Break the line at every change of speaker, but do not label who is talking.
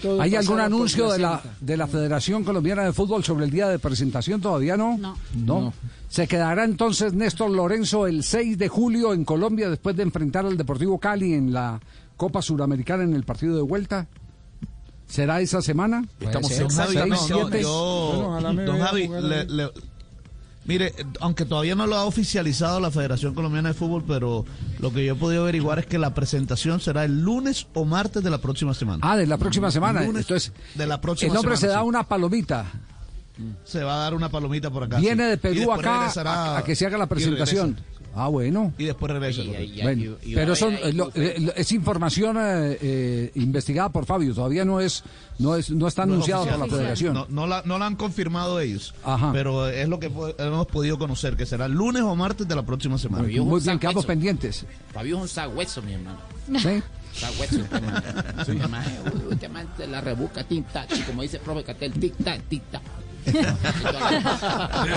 Todo
¿Hay
pasado
algún
por
anuncio de la,
placenta.
de la Federación Colombiana de Fútbol sobre el día de presentación? ¿Todavía no?
No.
Se quedará entonces Néstor Lorenzo el 6 de julio en Colombia después de enfrentar al Deportivo Cali en la Copa Suramericana en el partido de vuelta. ¿Será esa semana?
Estamos
Puede ser,
exactamente.
seis, siete.
Yo-
Bueno, ojalá me
don
vea
Javi,
jugar
le-
ahí.
le- mire, aunque todavía no lo ha oficializado la Federación Colombiana de Fútbol, pero lo que yo he podido averiguar es que la presentación será el lunes o martes de la próxima semana.
Ah, de la próxima semana.
Lunes
Entonces,
de la próxima
el hombre
semana,
se da
sí.
una palomita.
Se va a dar una palomita por acá.
Viene
sí.
de
Y
Perú
después
acá
regresará
a, a que se haga la
y regresa.
presentación. Ah, bueno.
Y después regresa. correcto.
Bueno, pero son, eh, lo- eh, lo- es información eh, eh, investigada por Fabio, todavía no es no es no está
No es
anunciado por
oficial.
la federación.
No, no la, no la han confirmado ellos.
Ajá.
Pero es lo que po- hemos podido conocer, que será lunes o martes de la próxima semana.
Muy,
Fabio,
muy
un
bien, quedamos
sangüeso.
pendientes.
Fabio es un sagüeso, mi hermano.
¿sí?
Sagüeso, mi hermano. Mi hermano, uy, Este man te la rebuca, tic-tac. Como dice el profe Catel, tic-tac, tic-tac. Oye,